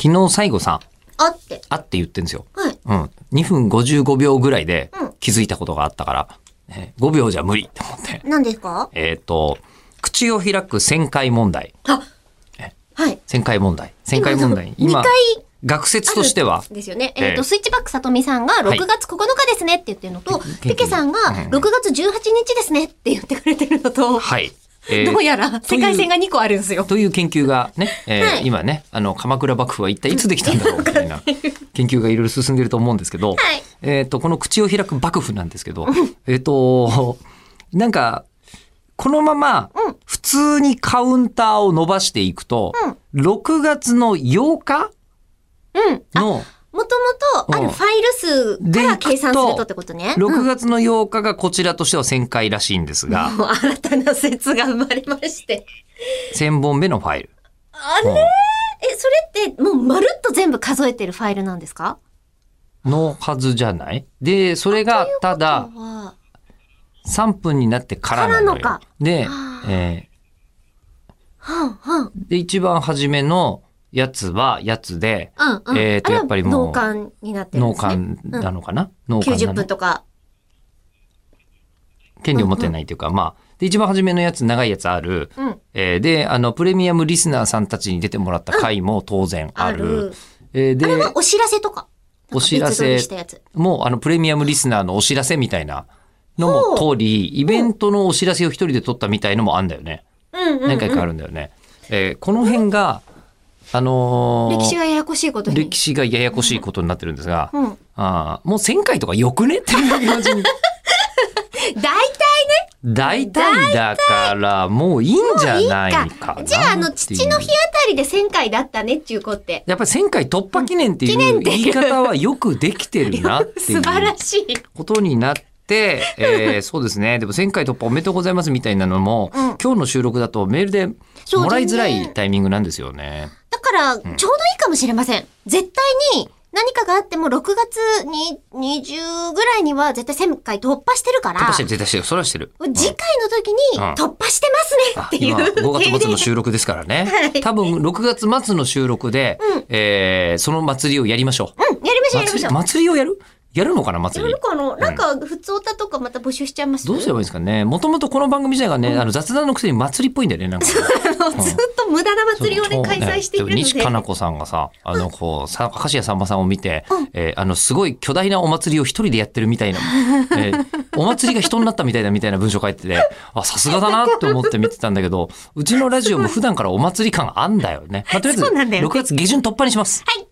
昨日最後さ、あって。あって言ってんですよ。はい。うん。2分55秒ぐらいでうん気づいたことがあったから、えー5秒じゃ無理って思って。何ですかえっ、と、口を開く旋回問題。あはい。旋回問題。旋回問題。今そう二回学説としては、ですよね。えええっ、と、スイッチバックさとみさんが6はい月9日ですねって言ってるのと、気にペケさんがうん6月18日ですねって言ってくれてるのと、はい。えーどうやらとい世う界線が2個あるんですよ。という研究がね、えーはい今ね、あの、鎌倉幕府は一体いつできたんだろうみたい な研究がいろいろ進んでると思うんですけど、はい。えっ、と、この口を開く幕府なんですけど、えっと、なんか、このままうん、普通にカウンターを伸ばしていくと、6月の8日うん。の、もともとあるファイル数から計算するとってことね。 6月の8日がこちらとしては1000回らしいんですが、もう新たな説が生まれまして。 1000本目のファイル。あれえ、それってもうまるっと全部数えてるファイルなんですかのはずじゃないで、それがただは3分になってからなのよ。からのかであ、えあはん。ーで、一番初めのやつはやつで、うんうん。えーとあれはやっぱりもう脳幹になってるん脳ですね。幹なのかな、脳幹な90の分とか。権利を持ってないというか、まあ、で、一番初めのやつ、長いやつある。うん。えーで、あの、プレミアムリスナーさんたちに出てもらった回も当然ある。えーあれでは、お知らせとか。お知らせなんか別撮りしたやつ。もう、あの、プレミアムリスナーのお知らせみたいなのも通り、イベントのお知らせを一人で撮ったみたいのもあんだよね。うんうん、うん。何回かあるんだよね。えーこの辺が、あのー歴史がややこしいことに。歴史がややこしいことになってるんですが、うん。あーもう1000回とかよくねっていう感じに。大体ね。大体だから、もういいんじゃないかなっていうじゃあ、あの、父の日あたりで1000回だったねっちゅう子って。やっぱり1000回突破記念っていう言い方はよくできてるなってい素う晴らしい。ことにな って、えーそうですね。でも1000回突破おめでとうございますみたいなのも、うん今日の収録だとメールでもそうらいづら全い然タイミングなんですよね。だから、ちょうどいいかもしれません。絶対に、何かがあっても6月に20ぐらいには絶対1000回突破してるから、突破して次る、絶対してる。それはしてる。回の時にうん突破してますねあっていう。今、5月末の録。収録ですから ね。はい多分、6月末の収録で、うんえーその祭りをやりましょう。うん、やりましょうやりま祭しょりう。祭りをやるやるのかな、祭やりる。かななんか、普通歌とかまた募集しちゃいますどうすればいいんですかね。もともとこの番組自体がね、あの雑談のくせに祭りっぽいんだよね、なんかね。 あのずっと無駄な祭りをそね、う開催しているのねで。西加奈子さんがさ、あの、こう、さ、明石家さんまさんを見て、えーあの、すごい巨大なお祭りを一人でやってるみたいな、えーお祭りが人になったみたいなみたいな文章書いてて、あ、さすがだなって思って見てたんだけど、うちのラジオも普段からお祭り感あんだよね。まあ、とりあえず、そうなんだよ6ね月下旬突破にします。はい。